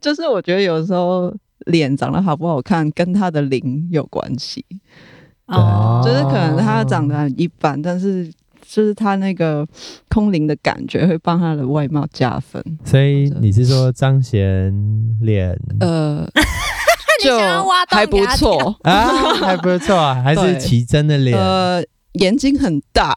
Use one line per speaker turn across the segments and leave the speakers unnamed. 就是我觉得有时候脸长得好不好看跟他的龄有关系，
哦
就是可能他长得很一般，但是就是他那个空灵的感觉会帮他的外貌加分。
所以你是说张贤脸
呃，就
想要挖洞
还不
给他
错，
啊，还不错 啊，还是
对
奇珍的脸？
呃，眼睛很大，？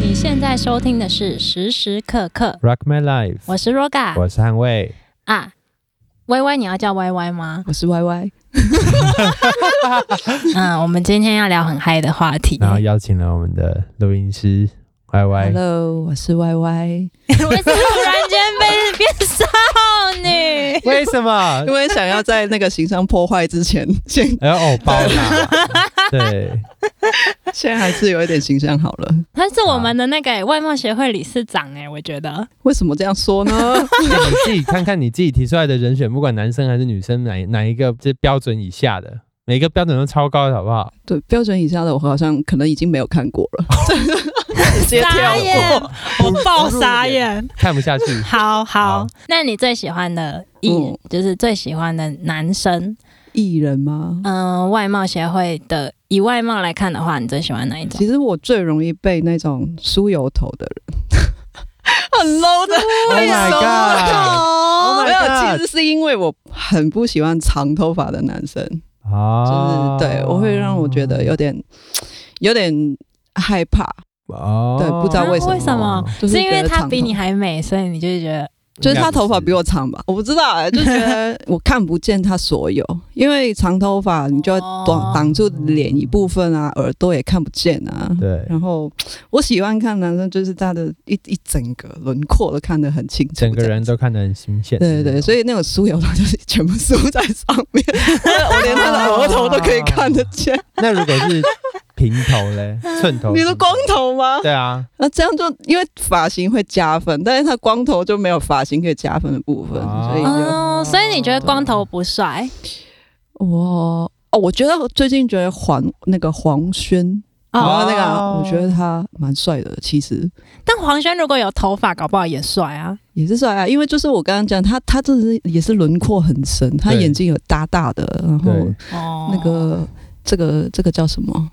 你现在收听的是时时刻刻，
Rock My Life，
我是 Roga
我是汉卫，
啊。Y Y，你要叫 Y Y 吗
我是 Y Y，
嗯，我们今天要聊很嗨的话题。
然后邀请了我们的录音师 Y Y，
Hello，我是 Y Y，
为什么突然间被变少 女？
为什 么
因？为想要在那个形象破坏之前，先
哎呦，哦，包啦， 对，哎
现在还是有一点形象好了。
她是我们的那个欸外貌协会理事长哎、我觉得
为什么这样说呢？
你自己看看你自己提出来的人选，不管男生还是女生，哪哪一个是标准以下的，每个标准都超高的，好不好？
对，标准以下的我好像可能已经没有看过了，直接跳
傻眼
过。，
我爆傻眼。
看不下去，
好好
好，
那你最喜欢的艺人、
嗯
就是最喜欢的男生？
艺人吗？
嗯、外貌协会的以外貌来看的话，你最喜欢哪一种？
其实我最容易被那种梳油头的人，很 low 的
Oh my
为什么
Oh
god！Oh my
没
god！
有，其实是因为我很不喜欢长头发的男生，
啊
就是对我会让我觉得有点有点害怕，
哦，
对不知道为什么
啊为什么
就是
因为
觉得
他
长
比
头
你还美，所以你就觉得
就是他头发比
我
我长吧，我不知道、欸，就觉得我看不见他所有，因为长头发啊你就要
哦
挡挡住脸一部分啊，耳朵也看不见啊。
对
然后我喜欢看男生，就是他的一一整个轮廓都看得很清楚，
整个
这样
人
子。
都看得很新鲜。
对对对，所
以
以那种梳油他就是全部梳在上面，我连他的额头都可以看
哦
得见。
那如果是平头 嘞，寸头，
你是光？头吗？
对啊，
那这样就因为发型会加分，但是他光头就没有发型可以加分的部分，
哦
所以就。
哦，所以你觉得光头不帅？
我哦，我觉得我最近觉得黄那个黄轩，然
哦，
后那个啊、
哦
我觉得他蛮帅的，其实
但黄轩如果有头发，搞不好也帅啊。
也是帅啊。因为就是我刚刚讲，他他真的是也是轮廓很深，他
对
眼睛有大大的，然后
对，
哦，
那个这个这个叫什么？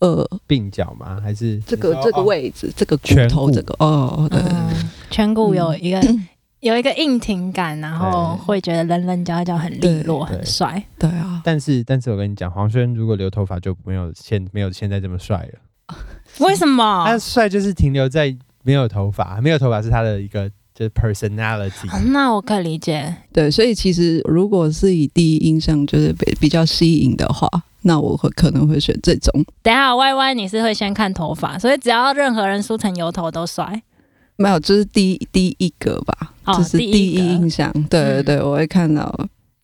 呃，
鬓角吗？还是哦
这个这个？位置，这个骨
颧
头，
骨
这个哦，对，
哦嗯，颧骨有
嗯
一个、 有一个硬挺感，然后
对
会觉得棱棱角角很利落，
对
很帅。
对啊，
但是，但是我跟你讲，黄轩如果留头发就没有现没有现在这么帅了。
为什么？
他帅就是停留在没有头发，没有头发是他的一个就是
哦
嗯
personality。
那我可以理解，
对，所以其实如果是以第一印象就是比比较吸引的话，那我会可能会选这种。
等一下 Y Y 你是会先看头发，所以只要任何人梳成油头都帅。
没有，就是第一第一个吧，
哦
就是
第
第
一
一
个嗯
印象。对对对，我会看到，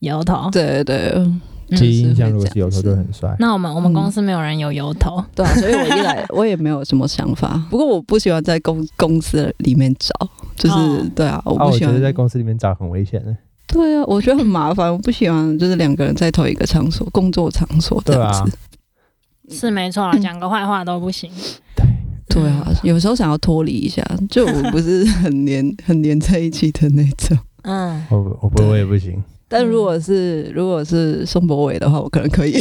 油头，
对对对
嗯
第一印象如果是有头就很帅。
那我们我们
嗯
公司没有人有油头，
对啊，所以我一 来我也没有什么想法。不过我不喜欢在公公司里面找，就是、
哦
对啊，我
哦，
不
我
喜
觉
欢。
得在公司里面找很危险的。
对啊，我觉得很麻烦，我不喜欢就是两个人在同一个场所工作场所这
对
样
啊
子。，
是没错啦，啊
嗯
讲个坏话都不行。
对啊，有时候想要脱离 一下，就我不是很黏很黏在一起的那种。 嗯
嗯，
我不我不我也不行。
但如果是如果是宋博伟的话，我可能可 以。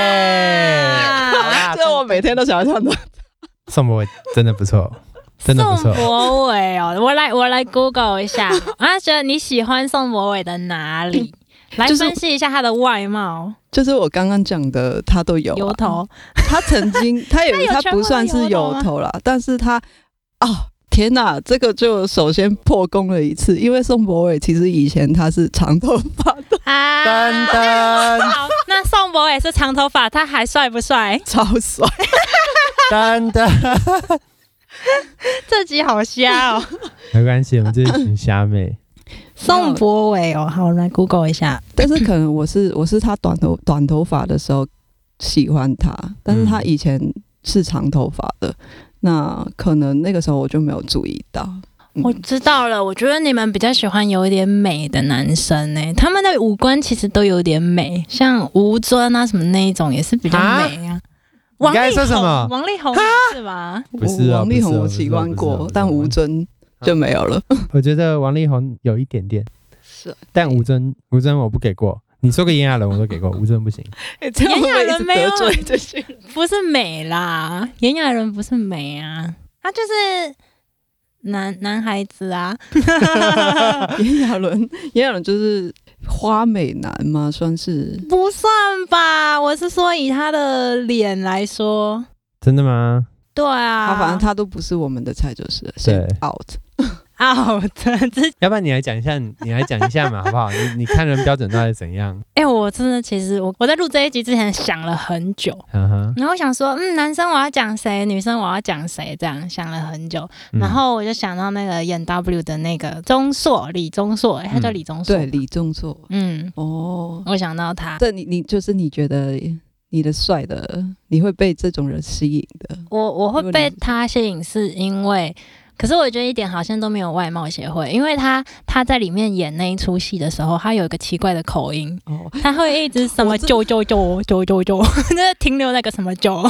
哎
啊
这我每天都想要看到。
宋博伟真的不错，真的不错。
宋博伟哦，我来我来 Google 一下， 啊，觉得你喜欢宋博伟的哪 里？来
就是
分析一下他的外貌、
就是我刚刚讲的，他都有、啊、
油 头。
他曾经， 他也
他有
他
全部
不算
都
是
油头
油
吗
头啦，但是他啊，天哪，这个就首先破功了一次，因为宋博伟其实以前他是长头发 的，
啊，
噔噔
好，那宋博伟是长头发，他还帅不 帅？
超帅，
噔噔，
这集好瞎哦，
没关系，我们这是一群虾妹。
宋博伟哦，好，我来 Google 一下，
但是可能我是我是他短头短头发的时候喜欢他，但是他
嗯
以前是长头发的，那可能那个时候我就没有注意到，
嗯
嗯
我知道了，我觉得你们比较喜欢有一点美的男生呢、他们的五官其实都有点美，像吴尊啊什么那一种也是比较美啊。王
你刚才
力
说
宏，
什么
王力宏是吧？
不是啊
王力宏我
不是啊不是啊
喜欢
不是啊不是
过
啊，
但吴尊就没有
嗯
了。
我觉得王力宏有一点点，
啊
是，
但吴尊吴尊我不给过。你说个炎亚纶我都给过，吴尊不行。
哎这样
炎亚
会不会一
纶
直
没有
得罪这些人
不是美啦，炎亚纶不是美啊，他就是男男孩子 啊。
炎亚纶，炎亚纶就是花美男嘛，算是
不算吧，我是说以他的脸来说，
真的吗？
对啊，
他，反正他都不是我们的菜，就是了先 out。
out 这，
要不然你来讲一下，你来讲一下嘛，好不好？你你看人标准到底怎样？
哎、我真的其实我我在录这一集之前想了很久，
嗯哼，
然后我想说，嗯，男生我要讲谁，女生我要讲谁，这样想了很久，
嗯
然后我就想到那个演 W 的那个钟硕，李钟硕，哎他叫
嗯
李钟硕，
对，，李钟硕
嗯，
哦，
我想到他，
这你你就是你觉得你的帅的，你会被这种人吸引的，
我我会
如果
被
你
他吸引，是因为，可是我觉得一点好像都没有外貌协会，因为他他在里面演那一出戏的时候，他有一个奇怪的口音，
哦，
他会一直什么
我真
九九九九九九， 就是停留那个什么九，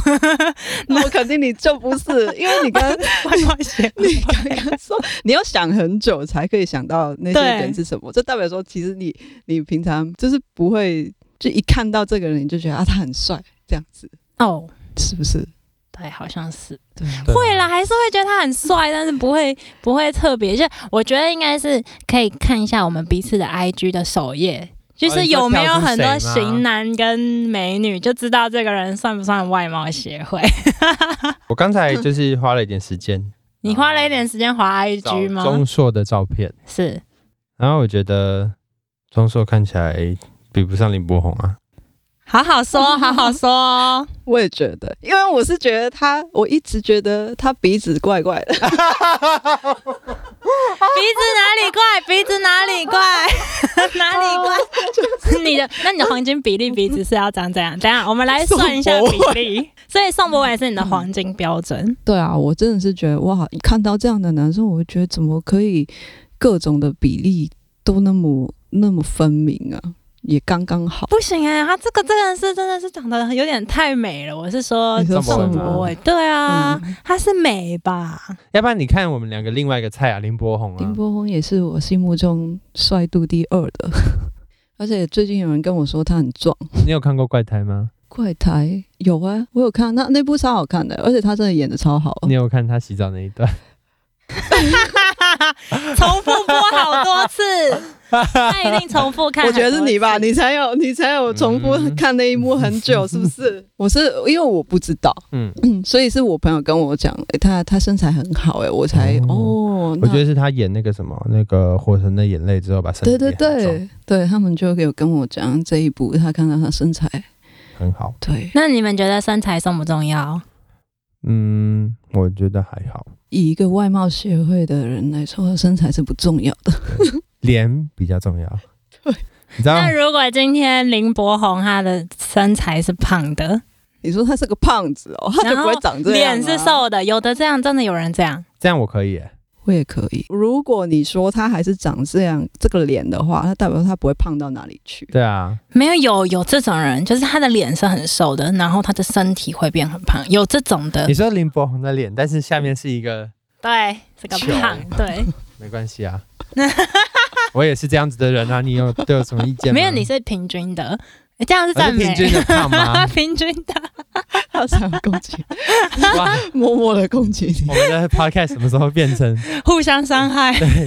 那我肯定你就不是，因为你刚刚
外貌协 会。
你刚刚说你要想很久才可以想到那些
对
人是什么，这代表说其实你你平常就是不会就一看到这个人你就觉得啊他很帅这样子，
哦，
是不是？
对，好像是
对啊，
对啊
会啦，还是会觉得他很帅，但是不会不会特别，就我觉得应该是可以看一下我们彼此的 IG 的首页。就
哦
是
你说
有没有
跳出
很多
谁吗
型男跟美女，就知道这个人算不算外貌协会。
我刚才就是花了一点时间
你花了一点时间滑
找
IG 吗
钟？硕的照片，
是
然后我觉得钟硕看起来比不上林柏宏啊。
好好 说，好好说哦。
我也觉得，因为我是觉得他，我一直觉得他鼻子怪怪的，
鼻子哪里怪？鼻子哪里怪？ 哪里 怪？你的那你的黄金比例鼻子是要长怎样？等一下我们来算一下
宋
比
博
例。所以宋博伟是你的黄金标准。
对啊，我真的是觉得哇，看到这样的男生，我就觉得怎么可以各种的比例都那么那么分明啊，也刚刚好。
不行哎、他这个这个人是真的是长得有点太美了。我是说
你说
宋
宋
博伟吗
博伟，对啊，
嗯，
他是美吧？
要不然你看我们两个另外一个菜啊，林柏宏
林
啊，
柏宏也是我心目中帅度第二的， 而且最近有人跟我说他很壮。
你有看过怪胎吗？
怪胎有啊，我有看，那那部超好看的，而且他真的演的超
哦
好。
你有看他洗澡那一段？
重复播好多 次，他一定重复看。
我觉得是你吧，。你才有你才有重复
嗯
看那一幕很久，是不是？ 我是因为我不知道，
嗯，
嗯，所以是我朋友跟我讲，诶他他身材很好、诶我才哦，
我
那
觉得是他演那个什么那个《火神的眼泪》之后把身
对
体
对对对，他们就有跟我讲这一部，他看到他身材，
很好。
对，
那你们觉得身材重不重要？
嗯，我觉得还好，
以一个外貌协会的人来说，身材是不重要的。
脸比较重 要。
对，
你知道
那如果今天林柏宏他的身材是胖的，
你说他是个胖子哦，他就不会长这样、啊，
脸是，瘦的，有的这样，真的有人这样。
这样我可以耶，
我也可以。如果你说他还是长这样这个脸的话，那代表他不会胖到哪里去。
对啊，
没有有有这种人，就是他的脸是很瘦的，然后他的身体会变很胖，有这种的
你，说林柏宏的脸，但是下面是一个，
对，是个
球
胖，对，
没关系啊。我也是这样子的人啊，你有对我什么意见吗？
没有你是平均的，诶这样是
我
赞
是
美，
平均的胖 吗？
平均的，
他想要攻击，
哇，
默默的攻击 你。
我们的 podcast 什么时候变成
互相伤害。
这一
人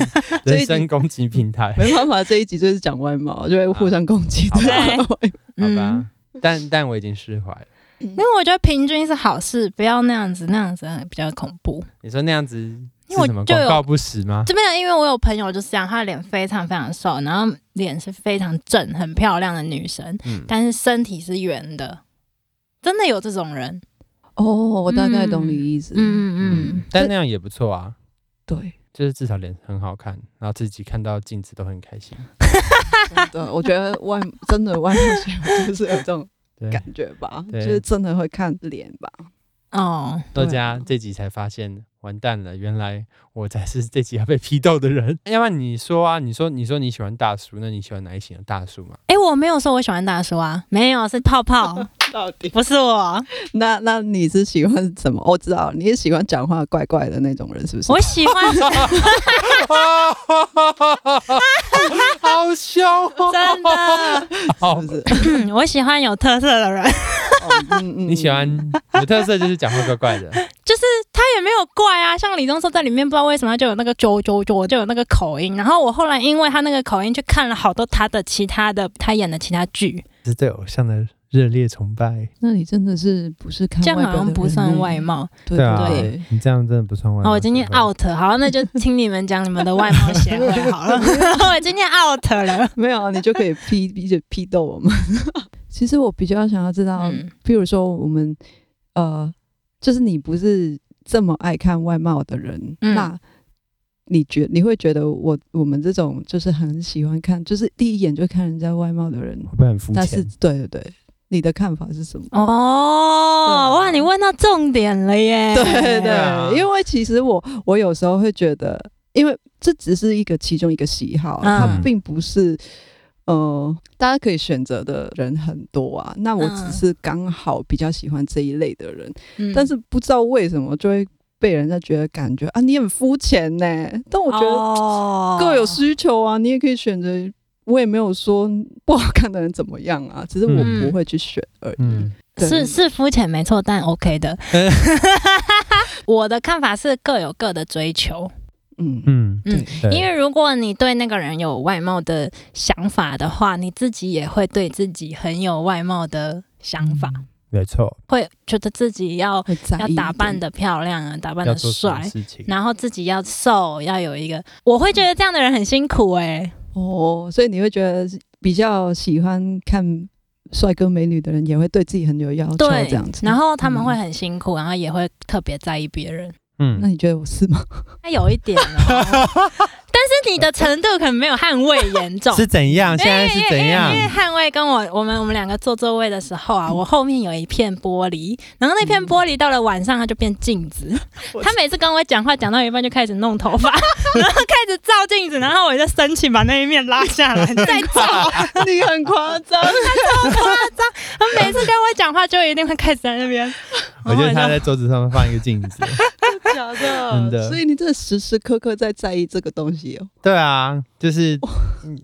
集
身攻击平台？
没办法，这一集就是讲外貌，就会互相攻击的。
好
好
嗯
吧，但但我已经释怀了。
因为我觉得平均是好事，不要那样子，那样子比较恐怖。
你说那样子是
因为我
什么
就有
广告不实吗？
这边因为我有朋友就是这样，她的脸非常非常瘦，然后脸是非常正、很漂亮的女生，
嗯，
但是身体是圆的，真的有这种人。
哦，我大概懂你意思。嗯，
嗯嗯，
但那样也不错啊，
对，
就是至少脸很好看，然后自己看到镜子都很开心。
真的，我觉得外真的外貌协会就是有这种
对，
感觉吧，就
对
是真的会看脸吧。
哦，
到
对啊
家这集才发现，完蛋了，原来我才是这集要被批斗的 人。要不然你说啊，你说你说你喜欢大叔，那你喜欢哪一型的大叔 嘛？
哎、我没有说我喜欢大叔啊，没有，是泡泡，
到底
不是我，
那那你是喜欢什么？我知道你是喜欢讲话怪怪的那种人，是不是？
我喜欢
好凶哦！
真的，
好
是不是？
嗯我喜欢有特色的人，
哦嗯嗯
你喜欢有特色就是讲话怪怪的，
就是他也没有怪啊，像李钟硕在里面不知道为什么他就有那个啾啾啾，就有那个口音，然后我后来因为他那个口音去看了好多他的其他的他演的其他剧，
是对偶像的热烈崇拜。
那你真的是不是看
这样
外
好
嗯表的
像不
人
算
呢
外，貌。
嗯对
啊
不嗯对？
你这样真的不算外
哦，
貌
我今天
协会
out，好，那就听你们讲你们的外貌协会 好了。我今天 out 了，
没有啊，你就可以批批着批斗我们。 其实我比较想要知道，
嗯，
譬如说我们呃，就是你不是这么爱看外貌的人，
嗯
那你觉你会觉得我我们这种就是很喜欢看，就是第一眼就看人家外貌的人，
会不会很肤
但是
浅？
对对对，你的看法是什么？
嗯哦，哇，你问到重点了
啊
耶！
对
对啊
嗯
对，因为其实我我有时候会觉得，因为这只是一个其中一个喜好，啊
嗯
它并不是。呃，大家可以选择的人很多啊，那我只
嗯
是刚好比较喜欢这一类的人，
嗯
但是不知道为什么就会被人家觉得感觉啊，你很肤浅呢。但我觉
哦
得
得
各有需求啊，你也可以选择，我也没有说不好看的人怎么样啊，只是我
嗯
不会去选而已。
嗯，
对
是是肤浅没错，但 OK 的。 我的看法是各有各的追求，
嗯
嗯，
对
对
因为如果你对那个人有外貌的想法的话，你自己也会对自己很有外貌的想
嗯
法，
没错，
会觉得自己要
会在
要
意一
打扮
点
的漂亮啊，打扮
要
的
做什么
帅，
事情？
然后自己要瘦，要有一个，我会觉得这样的人很辛苦哎、
哦，所以你会觉得是比较喜欢看帅哥美女的人，也会对自己很有要求，
对
这样子。
然后他们会
嗯
很辛苦，然后也会特别在意别人。
那
嗯，
你觉得我是吗？
他有一点哦，但是你的程度可能没有捍卫严重。
是怎样？现在
因
是
为
怎样
因为？因为捍卫跟我我们我们两个坐座位的时 候啊，我后面有一片玻璃，然后那片玻璃到了晚上它就变镜子。
嗯
他每次跟我讲话讲到一半就开始 弄头发，然后开始照镜子，然后我就生气把那一面拉 下来再照。
你很夸张，
他每次跟我讲话就一定会开始在那边。 哦
我觉得他在嗯桌子上放一个镜子。
假
真 的
所以你真的时时刻刻在在意这个东西哦。
对啊，就是，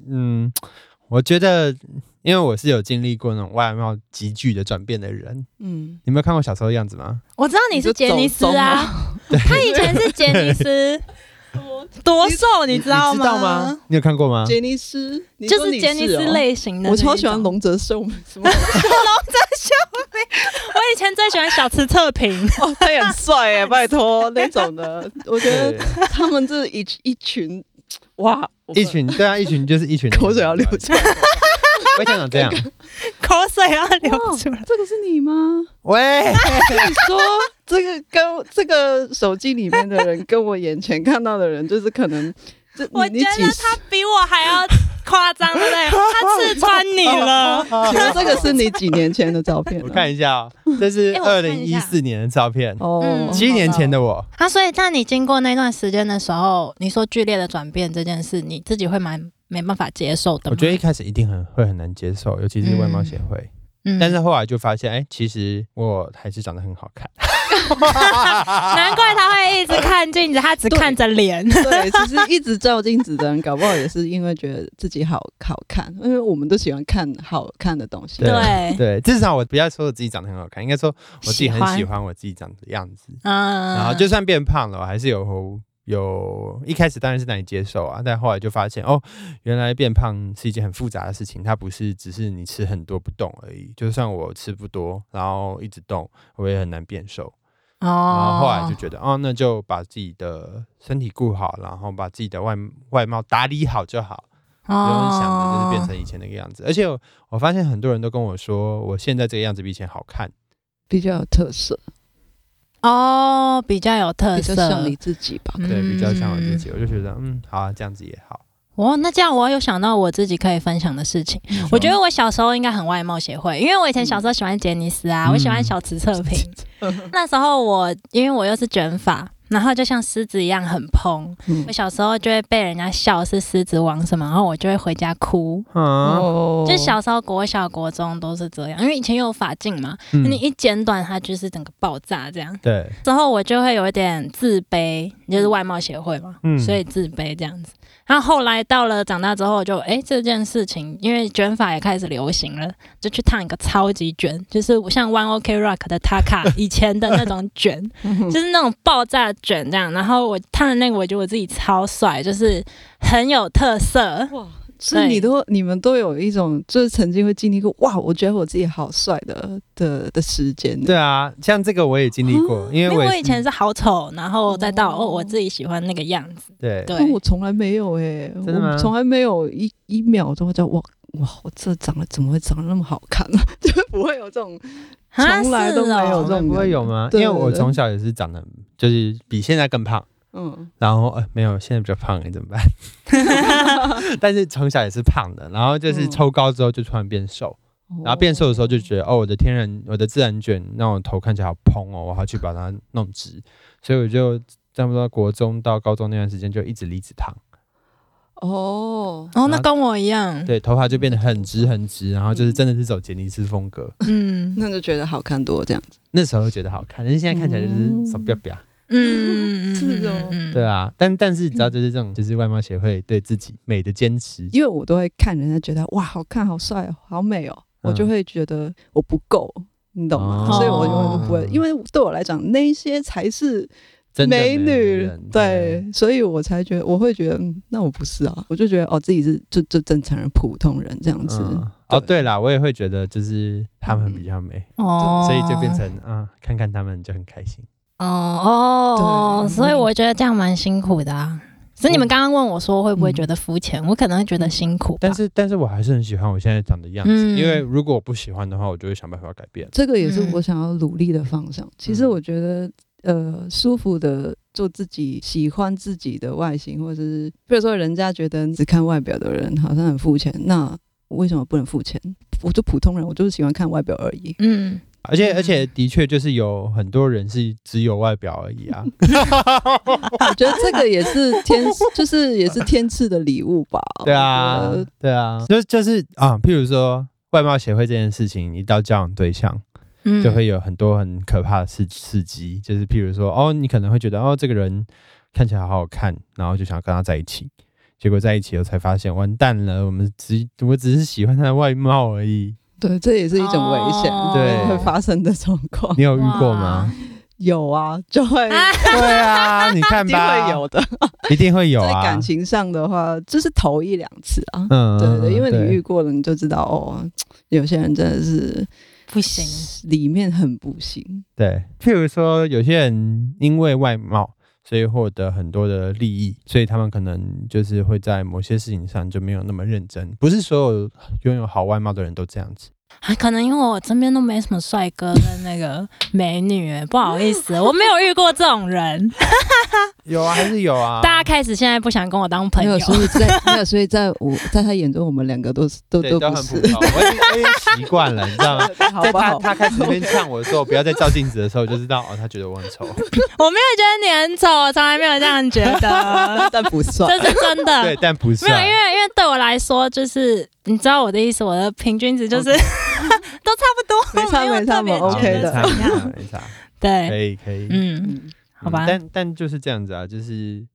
嗯，我觉得，因为我是有经历过那种外貌急剧的转变的人。
嗯，
你没有看过小时候的样子吗？
我知道你是杰尼斯啊，他以前是杰 尼斯，多瘦，你知道
你知道吗？你有看过吗？
杰尼斯，你
就
说
是
你
杰尼斯
哦。
类型的那
我
一种，
超喜欢龙泽秀，什么？
我以前最喜欢小池测评，
哦，他也很帅耶，拜托那种的，我觉得他们这一一群，哇，我
一群对啊，一群就是一群
口水要流出
哦
来。
我想长这样，
口水要流出来。
这个是你吗？
喂，
你说这个跟这个手机里面的 人，跟我眼前看到的人，就是可能这
我
你
觉
你几
得他比我还要夸张，对不 对？他刺穿你了。
请问这个是你几年前的照片、啊？
我看一下哦，这是
哎我
二
看
零
一
一
下
四年的照片，
哦
嗯，
七年前的我，
啊，所以在你经过那段时间的时候，你说剧烈的转变这件事，你自己会蛮没办法接受的
我
吗。
觉得一开始一定很会很难接受，尤其是外貌协会。
嗯
但是后来就发现，哎、其实我还是长得很好看。
难怪他会一直看镜子，他只看着脸。
对，其实一直照镜子的人，搞不好也是因为觉得自己好好看，因为我们都喜欢看好看的东西。
对
对
对，至少我不要说我自己长得很好看，应该说我自己很
喜欢
喜欢我自己长的样子。
嗯，
然后就算变胖了，我还是有有一开始当然是难以接受啊，但后来就发现哦，原来变胖是一件很复杂的事情，它不是只是你吃很多不动而已。就算我吃不多，然后一直动，我也很难变瘦。
哦，
然后后来就觉得哦，那就把自己的身体顾好，然后把自己的外外貌打理好就好。不
不
用想的就是变成以前那个样子。而且我我发现很多人都跟我说，我现在这个样子比以前好看。
比较有特色，
哦，比较有特
比
色，
较像你自己吧。
对，比较像我自
嗯。
己，我就觉得嗯，好啊，这样子也好。
哦，那这样我有想到我自己可以分享的事情。我觉得我小时候应该很外貌协会，因为我以前小时候喜欢杰尼斯啊，
嗯
我喜欢小池测评，那时候我因为我又是卷发，然后就像狮子一样很蓬。
嗯
我小时候就会被人家笑是狮子王什么，然后我就会回家哭。
啊，
哦
嗯就小时候国小国中都是这样，因为以前有发镜嘛，
嗯
你一剪短它就是整个爆炸这样。
对，
之后我就会有一点自卑，就是外貌协会嘛，
嗯
所以自卑这样子。然后后来到了长大之后就，诶哎这件事情，因为卷发也开始流行了，就去烫一个超级卷，就是像 One OK Rock 的 Taka 以前的那种 卷，
嗯
就是那种爆炸卷这样。然后我烫的那个，我觉得我自己超帅，就是很有特色。
哇，所以你都你们都有一种就是曾经会经历过哇，我觉得我自己好帅的的的时间，
对啊，像这个我也经历过，因
啊
为
因为
我也
我
是
以前是好丑，然后再到
哦
哦我自己喜欢那个样子，
对
对，
但我从来没有哎、
真的吗
我从来没有一一秒都会觉得哇哇，我这长得怎么会长得那么好看呢、 就是不会有这种
啊
从来都
是哦
没有这种
不会有吗？
对
因为我
对对
从小也是长得就是比现在更胖，
嗯
然后呃没有现在比较胖，你怎么办？ 但是从小也是胖的，然后就是
嗯
抽高之后就突然变瘦，
哦
然后变瘦的时候就觉得哦，我的天然我的自然卷让我头看起来好蓬哦，我要去把它弄直，所以我就差不多国中到高中那段时间就一直离子烫，
哦，
哦，那跟我一样，
对，头发就变得很直很直，然后就是真的是走杰尼斯风格，
嗯
那就觉得好看多这样子，
那时候觉得好看，但是现在看起来就是手表表。
嗯，
是哦
嗯
对，啊，但但是你知道，就是这种，就是外貌协会对自己美的坚持，
因为我都会看人家觉得哇好看好帅哦好美哦，我就
嗯
会觉得我不够。你懂吗？
哦
所以我就不会，因为对我来讲，那些才是
真的
美女
人，
对，所以我才觉得我会觉得，嗯，那我不是啊，我就觉得哦，自己是就就正常人、普通人这样子。
嗯哦，
对
对啦，我也会觉得就是他们比较美，
嗯
哦
所以就变成啊、看看他们就很开心。
哦哦，
对
所以我觉得这样蛮辛苦的啊。所以你们刚刚问我说会不会觉得肤浅，我可能会觉得辛苦吧，
但是但是我还是很喜欢我现在长的样子，
嗯
因为如果我不喜欢的话，我就会想办法改变。
这个也是我想要努力的方向。其实我觉得，呃，舒服的做自己，喜欢自己的外形，或者是比如说人家觉得只看外表的人好像很肤浅，那为什么不能肤浅？我就普通人，我就是喜欢看外表而已。
嗯，
而且
嗯
而且的确就是有很多人是只有外表而 已啊，
我觉得这个也是天，就是也是天赐的礼物吧。
对啊
我觉得
对啊，就就是啊，譬如说外貌协会这件事情，一到交往对象。
嗯
就会有很多很可怕的事刺激，就是譬如说，哦，你可能会觉得，哦，这个人看起来好好看，然后就想要跟他在一起，结果在一起后才发现，完蛋了，我们只我只是喜欢他的外貌而已。
对，这也是一种危险，
哦
对
会发生的状况。
你有遇过吗？
有啊，就会
啊
对啊，你看
一定
吧，
会有的。
一定会有
在
啊，
感情上的话，就是头一两次啊。
嗯，嗯，
对对
嗯
对，因为你遇
对
过了，你就知道哦，有些人真的是
不行，
里面很不行。
对，譬如说，有些人因为外貌。所以获得很多的利益，所以他们可能就是会在某些事情上就没有那么认真。不是所有拥有好外貌的人都这样子。
啊可能因为我身边都没什么帅哥跟那个美女、不好意思，我没有遇过这种人。
有啊，还是有啊。
大家开始现在不想跟我当朋
没
友
有，，所以在 没有，所以在我在他眼中，我们两个都是都
对，都
不
很普
是。
通，我已经我已经习惯了，你知 道吗？
好
在
不
他
好？
他开始那边呛我的时候，不要再照镜子的时候，我就知道哦，他觉得我很 丑。
我没有觉得你很丑，我从来没有这样觉 得，
但不算。
这是真的。
对，但不是 啊
没有，因为因为对我来说，就是你知道我的意思，我的平均值就是 都差不多，
没差
有
没差
特别
我
觉
OK
得
的
怎么样
没差， 可
对，
以可以，嗯，
嗯，
嗯，
好吧
但但就是这样子啊，就是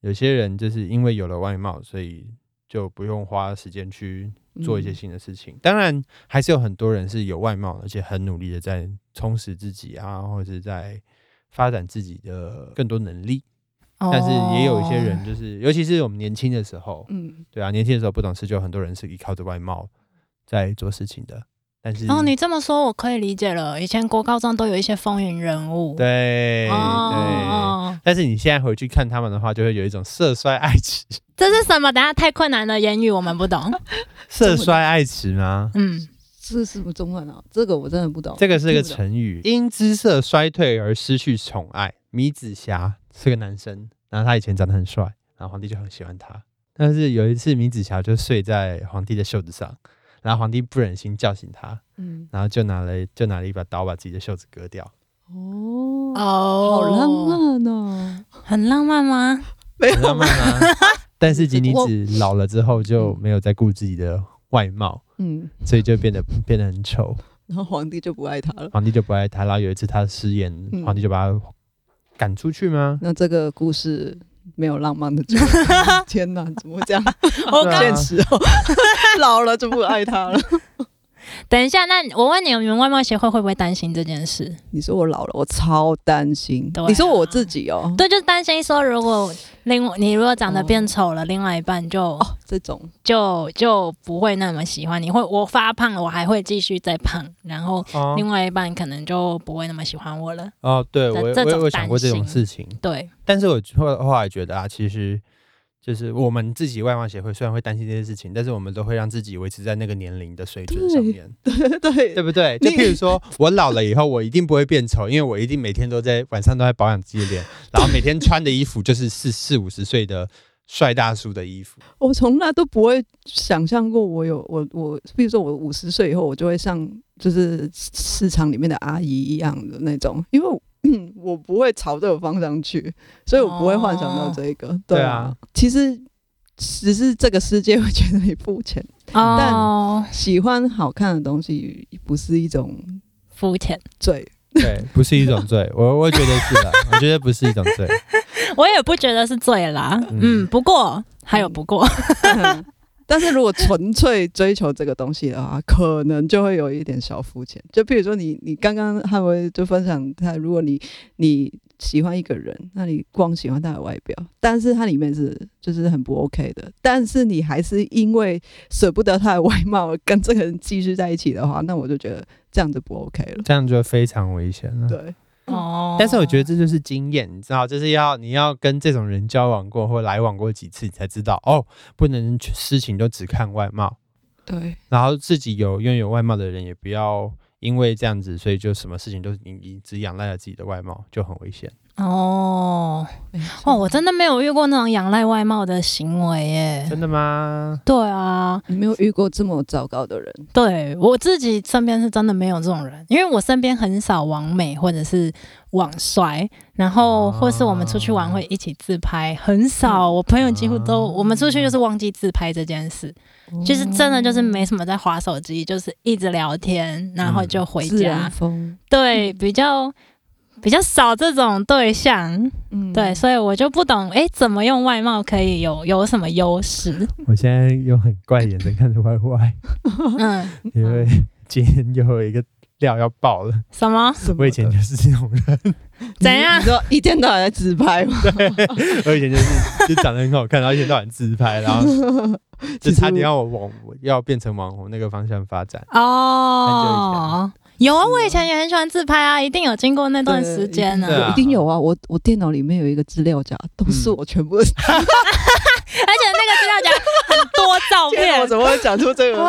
有些人就是因为有了外貌，所以就不用花时间去 做一些
嗯
新的事情。当然，还是有很多人是有外貌，而且很努力的在充实自己啊，或者是在发展自己的更多能力。
哦
但是也有一些人，就是尤其是我们年轻的时候，
嗯，
对啊，年轻的时候不懂事，就有很多人是依靠着外貌在做事情的。但是，
哦。哦，你这么说我可以理解了，以前国高中都有一些风云人物，
对、对，
哦，
但是你现在回去看他们的话，就会有一种色衰爱 弛，
这是什么？等下太困难的言语我们不懂，
色衰爱弛吗？
嗯，
这是什么中文啊？这个我真的不懂。
这个是个
听不懂
成语，因姿色衰退而失去宠爱。米子霞是个男生，然后他以前长得很帅，然后皇帝就很喜欢他。但是有一次，米子霞就睡在皇帝的袖子上，然后皇帝不忍心叫醒他，
嗯，
然后就拿了就拿了一把刀把自己的袖子割掉。
哦好
哦，
浪，漫哦！
很浪漫吗？
没
很浪漫啊。但是吉尼 子老了之后就没有再顾自己的外貌，
嗯，
所以就变得变得很丑。
然后皇帝就不爱他了。
皇帝就不爱他，然后有一次他失言，
嗯
皇帝就把他赶出去吗？
那这个故事没有浪漫的 结尾，天哪，怎么会这样？
我
对啊
刚
现实哦， 老了就不爱他了。
等一下，那我问你，你们外貌协会会不会担心这件事？
你说我老了，我超担心。
对啊
你说我自己哦，
对，就是担心说，如果另你如果长得变丑了，另外一半就、
哦，这 种
就就不会那么喜欢你，会我发胖了，我还会继续再胖，然后
哦
另外一半可能就不会那么喜欢我了。
哦，对我
这
我
这
也
种
我有想过这种
担
事情，
对，
但是我后后来觉得啊，其实就是我们自己外貌协会虽然会担心这些事情，但是我们都会让自己维持在那个年龄的水准上面，
对
对
对
不对？就
你
譬如说我老了以后，我一定不会变丑，因为我一定每天都在晚上都在保养自己的脸，然后每天穿的衣服就是 四四五十岁的帅大叔的衣服。
我从来都不会想象过我有我我，比如说我五十岁以后，我就会像就是市场里面的阿姨一样的那种，因为我。 我不会朝这个方向去，所以我不会幻想到这
哦
个。对
对
啊
啊，
其实只是这个世界会觉得你肤浅，
哦，
喜欢好看的东西不是一种
肤浅，
罪，
对，不是一种罪，我我觉得是了，我觉得不是一种罪。
我也不觉得是醉啦。
嗯
嗯，不过还有不过，
但是如果纯粹追求这个东西的话，可能就会有一点小肤浅。就比如说你，你刚刚汉威就分享他，如果你你喜欢一个人，那你光喜欢他的外表，但是他里面是就是很不 OK 的，但是你还是因为舍不得他的外貌跟这个人继续在一起的话，那我就觉得这样子不 OK 了。
这样就非常危险了。
对，
哦，
嗯但是我觉得这就是经验，你知道，就是要你要跟这种人交往过或来往过几次，你才知道哦，不能去事情都只看外貌，
对，
然后自己有拥有外貌的人也不要因为这样子，所以就什么事情都你你只仰赖了自己的外貌就很危险。
哦哦，我真的没有遇过那种仰赖外貌的行为耶。
真的吗？
对啊，
你没有遇过这么糟糕的人，
对我自己身边是真的没有这种人，因为我身边很少网美或者是网帅，然后或是我们出去玩
哦
会一起自拍，很少。我朋友几乎都，我们出去就是忘记自拍这件事，就是真的就是没什么在划手机，就是一直聊天，然后就回
嗯自
家
然。风，
对，比较比较少这种对象，
嗯
对，所以我就不懂，哎，怎么用外貌可以有有什么优势？
我现在用很怪的眼神看着 Y Y，
嗯，
因为今天又有一个料要爆了。
什么？
什么
我以前
的
就是这种人，
怎样
你说一天到晚在自拍 吗？
我以前就是就长得很好看，然后一天到晚自拍，然后就差点要我往我要变成网红那个方向发展。
哦，有啊，我以前也很喜欢自拍啊，一定有经过那段
对
时间
对
呢、
啊
一定有啊！我我电脑里面有一个资料夹，都是我全
嗯
部的。
而且那个资料夹很多 照
天啊
片
我，怎么会讲出这个秘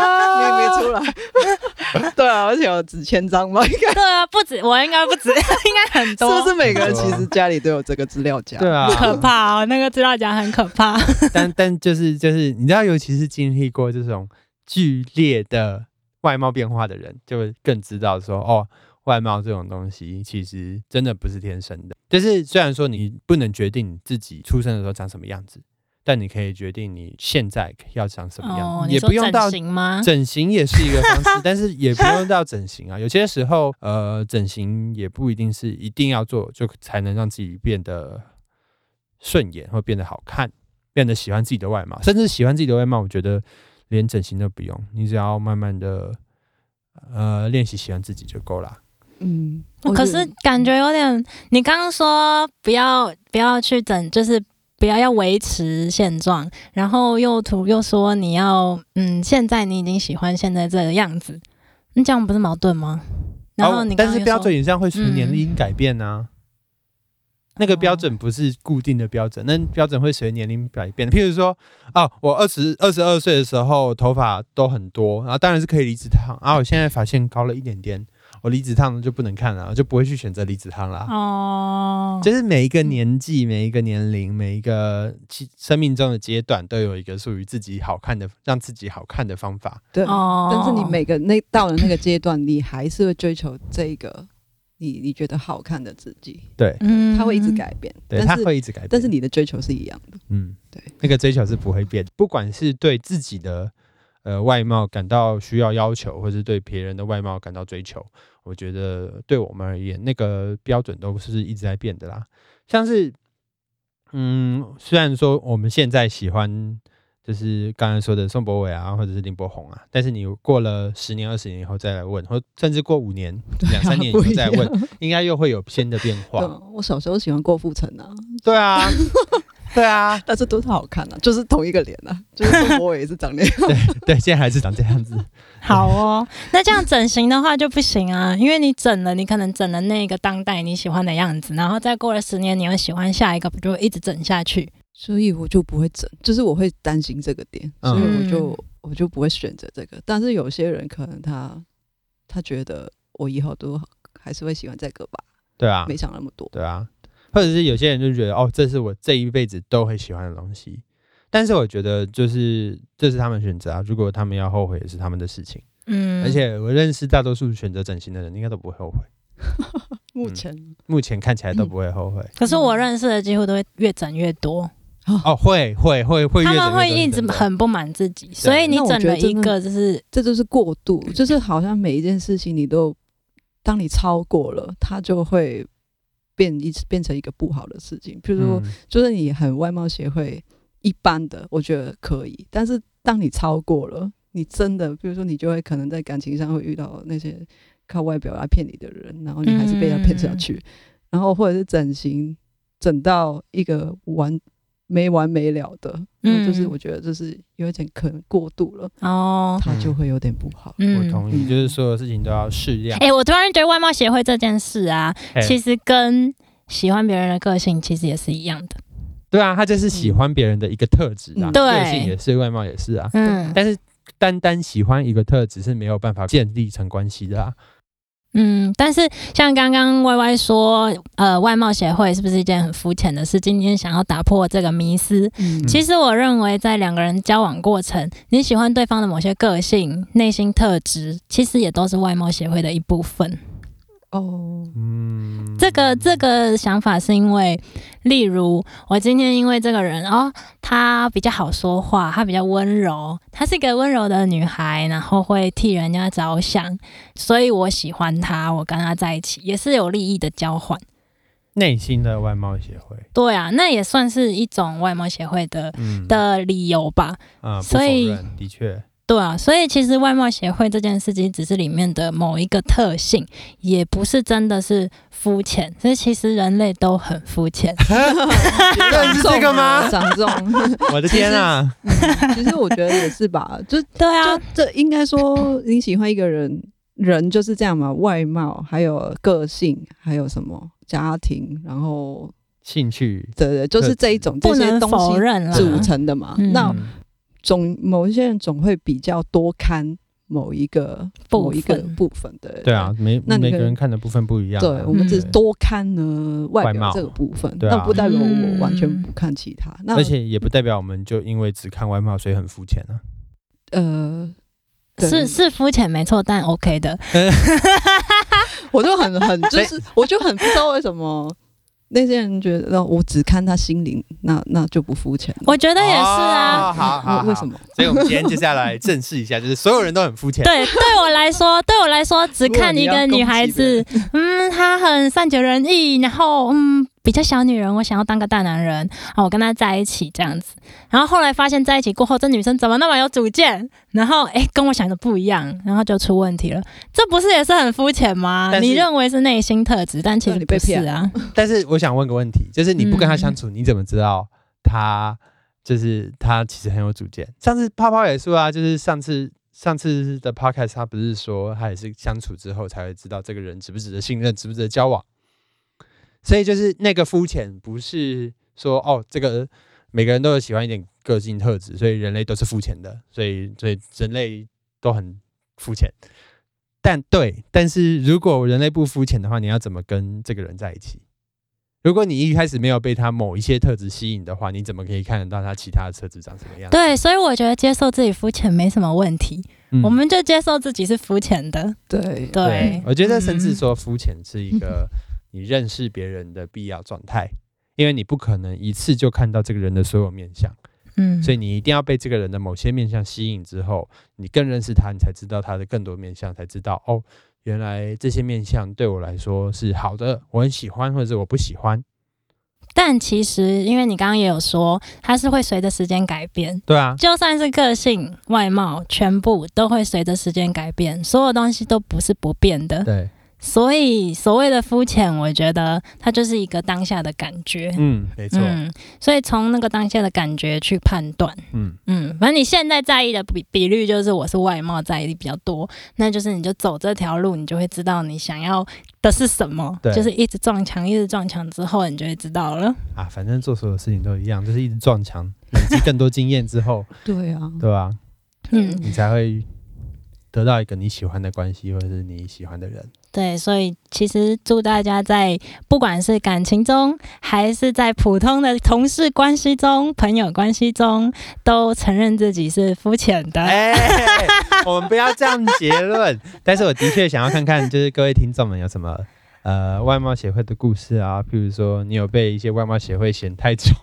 密出来？ 对啊，而且有几千张吧，应该
对啊，不止，我应该不止，应该很 多，
是不是每个人其实家里都有这个资料夹？
对啊，
可怕哦？那个资料夹很可怕，
但但就是就是，你知道，尤其是经历过这种剧烈的外貌变化的人，就会更知道说，哦，外貌这种东西其实真的不是天生的。就是虽然说你不能决定你自己出生的时候长什么样子，但你可以决定你现在要长什么样子，
哦，
也不用到
整形吗？
整形也是一个方式，但是也不用到整形啊。有些时候，呃，整形也不一定是一定要做，就才能让自己变得顺眼，或变得好看，变得喜欢自己的外貌，甚至喜欢自己的外貌，我觉得连整形都不用，你只要慢慢的呃练习喜欢自己就够啦。
嗯，我
哦可
觉得
是感觉有点，你刚刚说不要不要去整，就是不要要维持现状，然后又图又说你要嗯，现在你已经喜欢现在这个样子，你这样不是矛盾吗？然后
哦
你刚
但
刚
是
又
标
说
准影像会随年
嗯哦
龄改变啊。那个标准不是固定的标准，那标准会随年龄改变。譬如说，啊，我二十二十二岁的时候头发都很多，然后当然是可以离子烫，啊，我现在发现高了一点点，我离子烫就不能看了，我就不会去选择离子烫啦。
哦，
就是每一个年纪、每一个年龄、每一个其生命中的阶段，都有一个属于自己好看的、让自己好看的方法。
对，
哦
但是你每个那到了那个阶段，你还是会追求这一个你你觉得好看的自己，
对
嗯
它会一直，改变，
对，他
但是
会一直改变，
但是你的追求是一样的，
嗯，
对，
那个追求是不会变，不管是对自己的呃外貌感到需要要求，或是对别人的外貌感到追求，我觉得对我们而言，那个标准都是一直在变的啦。像是，嗯，虽然说我们现在喜欢就是刚才说的宋博伟啊，或者是林柏宏啊，但是你过了十年、二十年以后再来问，或甚至过五年、两三年以后
不一
再
样。
问，应该又会有新的变
啊 对
化。
啊，我小时候喜欢郭富城啊，
对啊，对啊，
但是都是好看啊，就是同一个脸啊，就是宋博伟也是长那样。
对，现在还是长这样子。
好哦。那这样整形的话就不行啊，因为你整了，你可能整了那个当代你喜欢的样子，然后再过了十年，你又喜欢下一个，不就一直整下去？
所以我就不会整，就是我会担心这个点，
嗯
所以我就、我就不会选择这个。但是有些人可能他他觉得我以后都还是会喜欢这个吧，
对啊，
没想那么多。
对啊，或者是有些人就觉得哦，这是我这一辈子都会喜欢的东西，但是我觉得就是这是他们选择啊，如果他们要后悔也是他们的事情，
嗯，
而且我认识大多数选择整形的人应该都不会后悔，
目前、
目前看起来都
嗯
不会后悔。
可是我认识的几乎都会越整越多，
嗯
哦，会会会会越整
他
越多，
们会一直
真的
很不满自己，所以你
那我
整
觉得
了一
真的
个就是
这就是过度，就是好像每一件事情你都，当你超过了，它就会变一变成一个不好的事情。譬如说，
嗯
就是你很外貌协会一般的，我觉得可以，但是当你超过了，你真的，比如说你就会可能在感情上会遇到那些靠外表来骗你的人，然后你还是被他骗下去，
嗯
然后或者是整形整到一个完没完没了的，嗯，
嗯
就是我觉得就是有一点可能过度了，
哦，
他就会有点不好。
嗯，
我同意，
嗯
就是所有事情都要适量
哎、。我突然觉得外貌协会这件事啊，
嘿
其实跟喜欢别人的个性其实也是一样的。
对啊，他就是喜欢别人的一个特质
嗯
啊，
嗯对
个性也是，外貌也是啊。
嗯
但是单单喜欢一个特质是没有办法建立成关系的啊。
嗯，但是像刚刚 Y Y 说，呃，外貌协会是不是一件很肤浅的事？今天想要打破这个迷思。
嗯
其实我认为，在两个人交往过程，你喜欢对方的某些个性、内心特质，其实也都是外貌协会的一部分。
哦，
嗯，
这个这个想法是因为，例如我今天因为这个人哦，她比较好说话，她比较温柔，她是一个温柔的女孩，然后会替人家着想，所以我喜欢她，我跟她在一起也是有利益的交换。
内心的外貌协会，
对啊，那也算是一种外貌协会的
嗯
的理由吧。
啊，不
所以
否认 的确，
对啊，所以其实外貌协会这件事情只是里面的某一个特性，也不是真的是肤浅。所以其实人类都很肤浅。
认识这个吗
长啊重，
我的天啊，
其实我觉得也是吧，就
对啊，
就这应该说，你喜欢一个人，人就是这样嘛，外貌，还有个性，还有什么家庭，然后
兴趣。
对对，就是这一种这
不
些
能
东
否
西
认啦。啊
组成的嘛。
嗯
那
嗯
总某一些人总会比较多看某一个
部分
某一个部分的，
对啊，。每
那你
每个
可以
人看的部分不一样啊。
对我们只是
对
多看呢外
外貌
表这个部分，
对啊
那不代表
嗯
我完全不看其他。那
而且也不代表我们就因为只看外貌，所以很肤浅啊。
呃，对
是是肤浅没错，但 OK 的。
我就很 很
哎
就是，我就很不知道为什么那些人觉得哦我只看他心灵，那那就不肤浅了。
我觉得也是啊。
哦好好好，
为为什么？
所以我们今天接下来正视一下，就是所有人都很肤浅。
对，对我来说，对我来说，只
如果
看
你
一
要
个
攻
女
击
孩
别
子
人，
嗯，她很善解人意，然后嗯，比较小女人，我想要当个大男人，啊，我跟她在一起这样子。然后后来发现在一起过后，这女生怎么那么有主见？然后哎，跟我想的不一样，然后就出问题了。这不是也是很肤浅吗？
但
你
是
认为是内心特质，但其
那
实
你
不
被
是
骗
啊。
但是我想问个问题，就是你不跟他相处，你怎么知道他就是他其实很有主见？上次泡泡也说啊，就是上次上次的 podcast，他不是说他也是相处之后才会知道这个人值不值得信任，值不值得交往。所以就是那个肤浅，不是说哦，这个每个人都有喜欢一点个性特质，所以人类都是肤浅的，所以所以人类都很肤浅。但对，但是如果人类不肤浅的话，你要怎么跟这个人在一起？如果你一开始没有被他某一些特质吸引的话，你怎么可以看得到他其他的特质长什么样？
对，所以我觉得接受自己肤浅没什么问题，
嗯
我们就接受自己是肤浅的。
对，
对，
我觉得甚至
嗯
说肤浅是一个你认识别人的必要状态，因为你不可能一次就看到这个人的所有面相，
嗯，
所以你一定要被这个人的某些面相吸引之后，你更认识他，你才知道他的更多面相，才知道哦，原来这些面相对我来说是好的，我很喜欢，或者是我不喜欢。
但其实因为你刚刚也有说，它是会随着时间改变，
对啊，
就算是个性、外貌，全部都会随着时间改变，所有东西都不是不变的。
对，
所以所谓的肤浅，我觉得它就是一个当下的感觉。
嗯，没错，
嗯，所以从那个当下的感觉去判断，
嗯，
嗯，反正你现在在意的比比率就是我是外貌在意比较多，那就是你就走这条路，你就会知道你想要的是什么
对，
就是一直撞墙，一直撞墙之后，你就会知道了。
啊，反正做所有事情都一样，就是一直撞墙，累积更多经验之 后，
对啊，
对吧、
嗯，
你才会得到一个你喜欢的关系，或者是你喜欢的人。
对，所以其实祝大家在不管是感情中，还是在普通的同事关系中、朋友关系中，都承认自己是肤浅的。
哎、我们不要这样结论。但是我的确想要看看，就是各位听众们有什么呃外貌协会的故事啊，譬如说你有被一些外貌协会嫌太丑，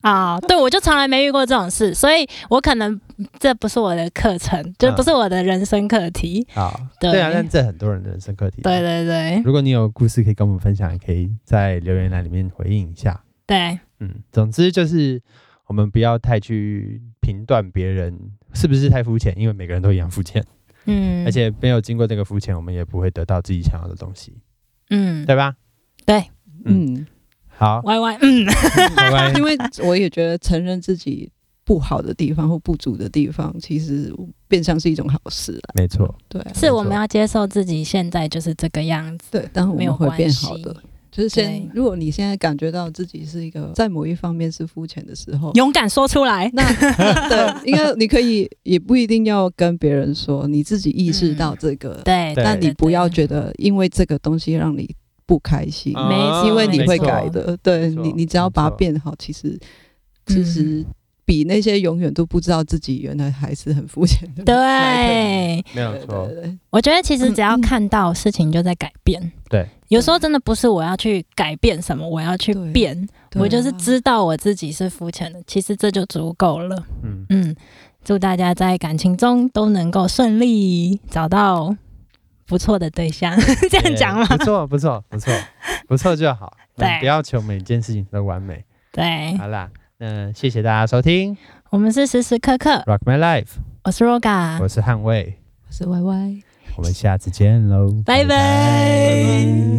啊、对，我就从来没遇过这种事，所以我可能这不是我的课程，就不是我的人生课题。
啊，
对
对啊，但这很多人的人生课题。啊
对。对对
如果你有故事可以跟我们分享，也可以在留言栏里面回应一下。
对，
嗯，总之就是我们不要太去评断别人是不是太肤浅，因为每个人都一样肤浅。
嗯，
而且没有经过这个肤浅，我们也不会得到自己想要的东西，
嗯
对吧？
对
嗯，
嗯，
好，
，Y Y，嗯，
拜拜。
因为我也觉得承认自己不好的地方或不足的地方，其实变相是一种好事啦。
没错，
对啊，
是我们要接受自己现在就是这个样子，
对，但我
没有
们会
关
变
系
好的。就是先
对，
如果你现在感觉到自己是一个在某一方面是肤浅的时 候，
勇敢说出来。
那那对，应该你可以也不一定要跟别人说，你自己意识到这个，
对，
对嗯
那
对
你不要觉得因为这个东西让你不开心，
啊
没错
因为你会
没错
改的。对
没错
你，你只要把
没
它
错嗯
变好，其实其实比那些永远都不知道自己原来还是很肤浅的人来
对，
得
没有
嗯对啊
错
对，对
我觉得其实只要看到事情就在改变。
对，
有时候真的不是我要去改变什么，我要去
对
变，
对
我就是
啊
知道我自己是肤浅的，其实这就足够了。
嗯，
嗯，祝大家在感情中都能够顺利找到不错的对象， 这样讲
不
吗？
错，不错，不 错，不错就好。
对哎
嗯不要求每件事情都完美。
对，
好啦，那谢谢大家收听《
我们是时时刻刻，
Rock My Life
我是 Roga，》，
我是汉卫，
我是 Y Y。
我们下次见喽，
拜拜。